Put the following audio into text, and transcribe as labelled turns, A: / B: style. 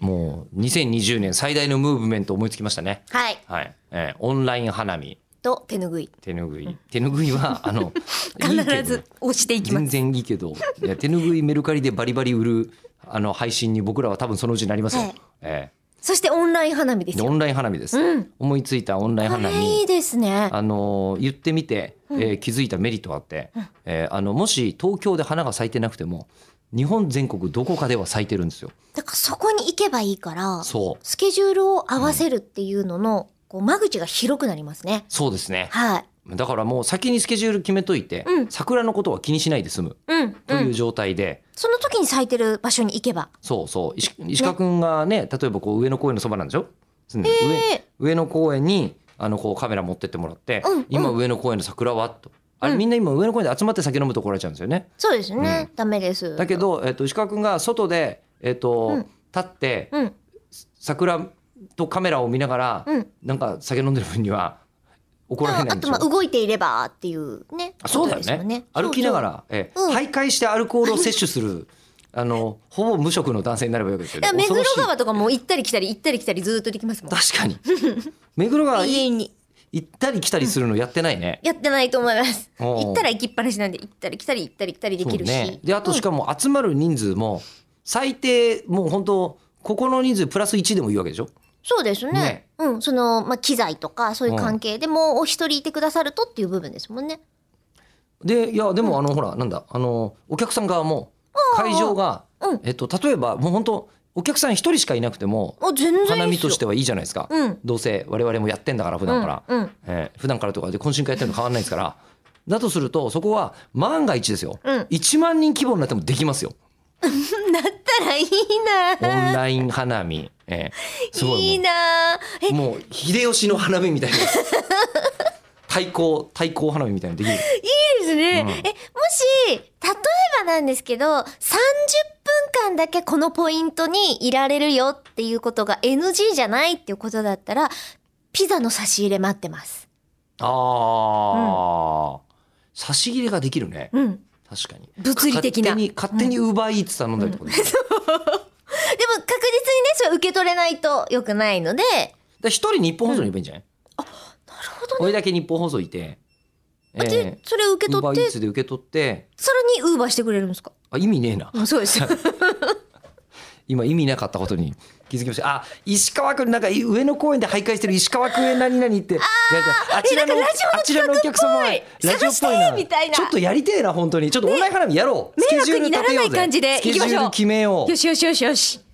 A: もう2020年最大のムーブメント思いつきましたね。
B: はい。
A: はい。えーオンライン花見、
B: と、手拭い。
A: 手ぬぐい。手ぬぐいは、あの、いいけど
B: 必ず押していきま
A: 全
B: す。
A: 然いいけど、いや手ぬぐいメルカリでバリバリ売るあの配信に僕らは多分そのうちになりますよ。
B: はい
A: え
B: そしてオンライン花見で
A: え
B: す
A: で
B: よ。
A: オンライン花見です、思いついたオンライン
B: こ
A: 花
B: れい
A: 見
B: い。ですね。
A: あのー言ってみて、えー気づいたメリットがあって、えーあのもし東京で花が咲いてなくても日本全国どこかでは咲いてるんですよ。
B: だからそこに行けばいいから、
A: そう
B: スケジュールを合わせるっていうのの、こう間口が広くなりますね。
A: そうですね。
B: はい。
A: だからもう先にスケジュール決めといて、
B: うん
A: 桜のことは気にしないで済む
B: うん、
A: と
B: う。
A: いうん状態で、
B: その時に咲いてる場所に行けば。
A: そうそう石石川君がね例えばこう上野公園のそばなんでしょ、住んでる上
B: え
A: 上野公園にあのこうカメラ持ってってもらって、
B: うん
A: 今
B: う
A: 上野公園の桜はとあれ、
B: うん
A: みんな今上野公園で集まって酒飲むと怒られちゃうんですよね。
B: そうですね。ダメです。
A: だけど、えっと石川君が外で、えっと
B: うん
A: 立って
B: うん、
A: 桜とカメラを見ながら、
B: うん。
A: なんか酒飲んでる分には怒られない
B: あ
A: んで
B: と
A: しょ
B: まあ動いていればっていうね。
A: あそうだよ
B: ことですもん
A: ね歩きなが。ら、ええ
B: うん
A: 徘徊してアルコールを摂取す るあのほぼ無職の男性になればいいわけですよ
B: い
A: ね
B: や目
A: 恐
B: 黒
A: ろしい
B: 川とかも行ったり来たり行ったり来たりずっとできますもん。
A: 確かに 目黒川
B: 永
A: い
B: 遠に
A: 行ったり来たりするのやってないね、
B: やってないと思います。
A: おー
B: 行ったら行きっぱなしなんで行ったり来たり行ったり来たりできるし。
A: そうね、であとしかも集まる人数も最低もう本当ここの人数プラス1でもいいわけでしょ
B: そうですね。
A: ね
B: うん、その、まあ、機材とか、そういう関係でも、お一人いてくださるとっていう部分ですもんね。
A: でいやでもあの、ほらなんだあのお客さん側も会場が、
B: うん
A: えっと、例えばもう本当お客さん1人しかいなくても
B: あ、全然いいっすよ。
A: 花見としてはいいじゃないですか、
B: うん
A: どうせ我々もやってんだから普段から、
B: うんうん
A: えー普段からとかで懇親会やってるの変わんないですからだとするとそこは万が一ですよ、
B: うん
A: 1万人規模になってもできますよ
B: なったらいい
A: オン
B: な
A: ライン花見、えーすごいもう
B: いいなえ、
A: もう秀吉の花見みたいな対抗対抗花見みたいなのできる
B: いいですね。
A: うん
B: え、もし、例えばなんですけど、30分間だけこのポイントにいられるよっていうことが NG じゃないっていうことだったら、ピザの差し入れ待ってます。
A: ああ、差し入れができるね
B: うん。
A: 確かに
B: 物理的な
A: 勝手に勝手に奪いつ頼んだりとかできる、だか
B: でも確実にね、それは受け取れないと良くないので、
A: ら一人日本放送にいればいいんじゃない、
B: なるほどね。
A: 俺だけ日本放送いて、えー、
B: で、それを受け取っ
A: Uber
B: て
A: Eats、で受け取って
B: さらにウーバーしてくれるんですか。
A: あ意味ねえな
B: そうです。
A: 今意味なかったことに気づきましたあ石川君なんかい上野公園で徘徊してる石川君へ何々ってああちらの
B: なんかラジオの
A: あちらのお客様は
B: 企画っぽい探してみたいな
A: ちょっとやりてえな本当にちょっとオンライン花火やろう、スケジュール立てよう
B: 迷惑にならない
A: ぜ
B: 感じで
A: スケジュ
B: 行
A: ー
B: きましょ
A: ル
B: う
A: 決めよう
B: よしよしよしよし。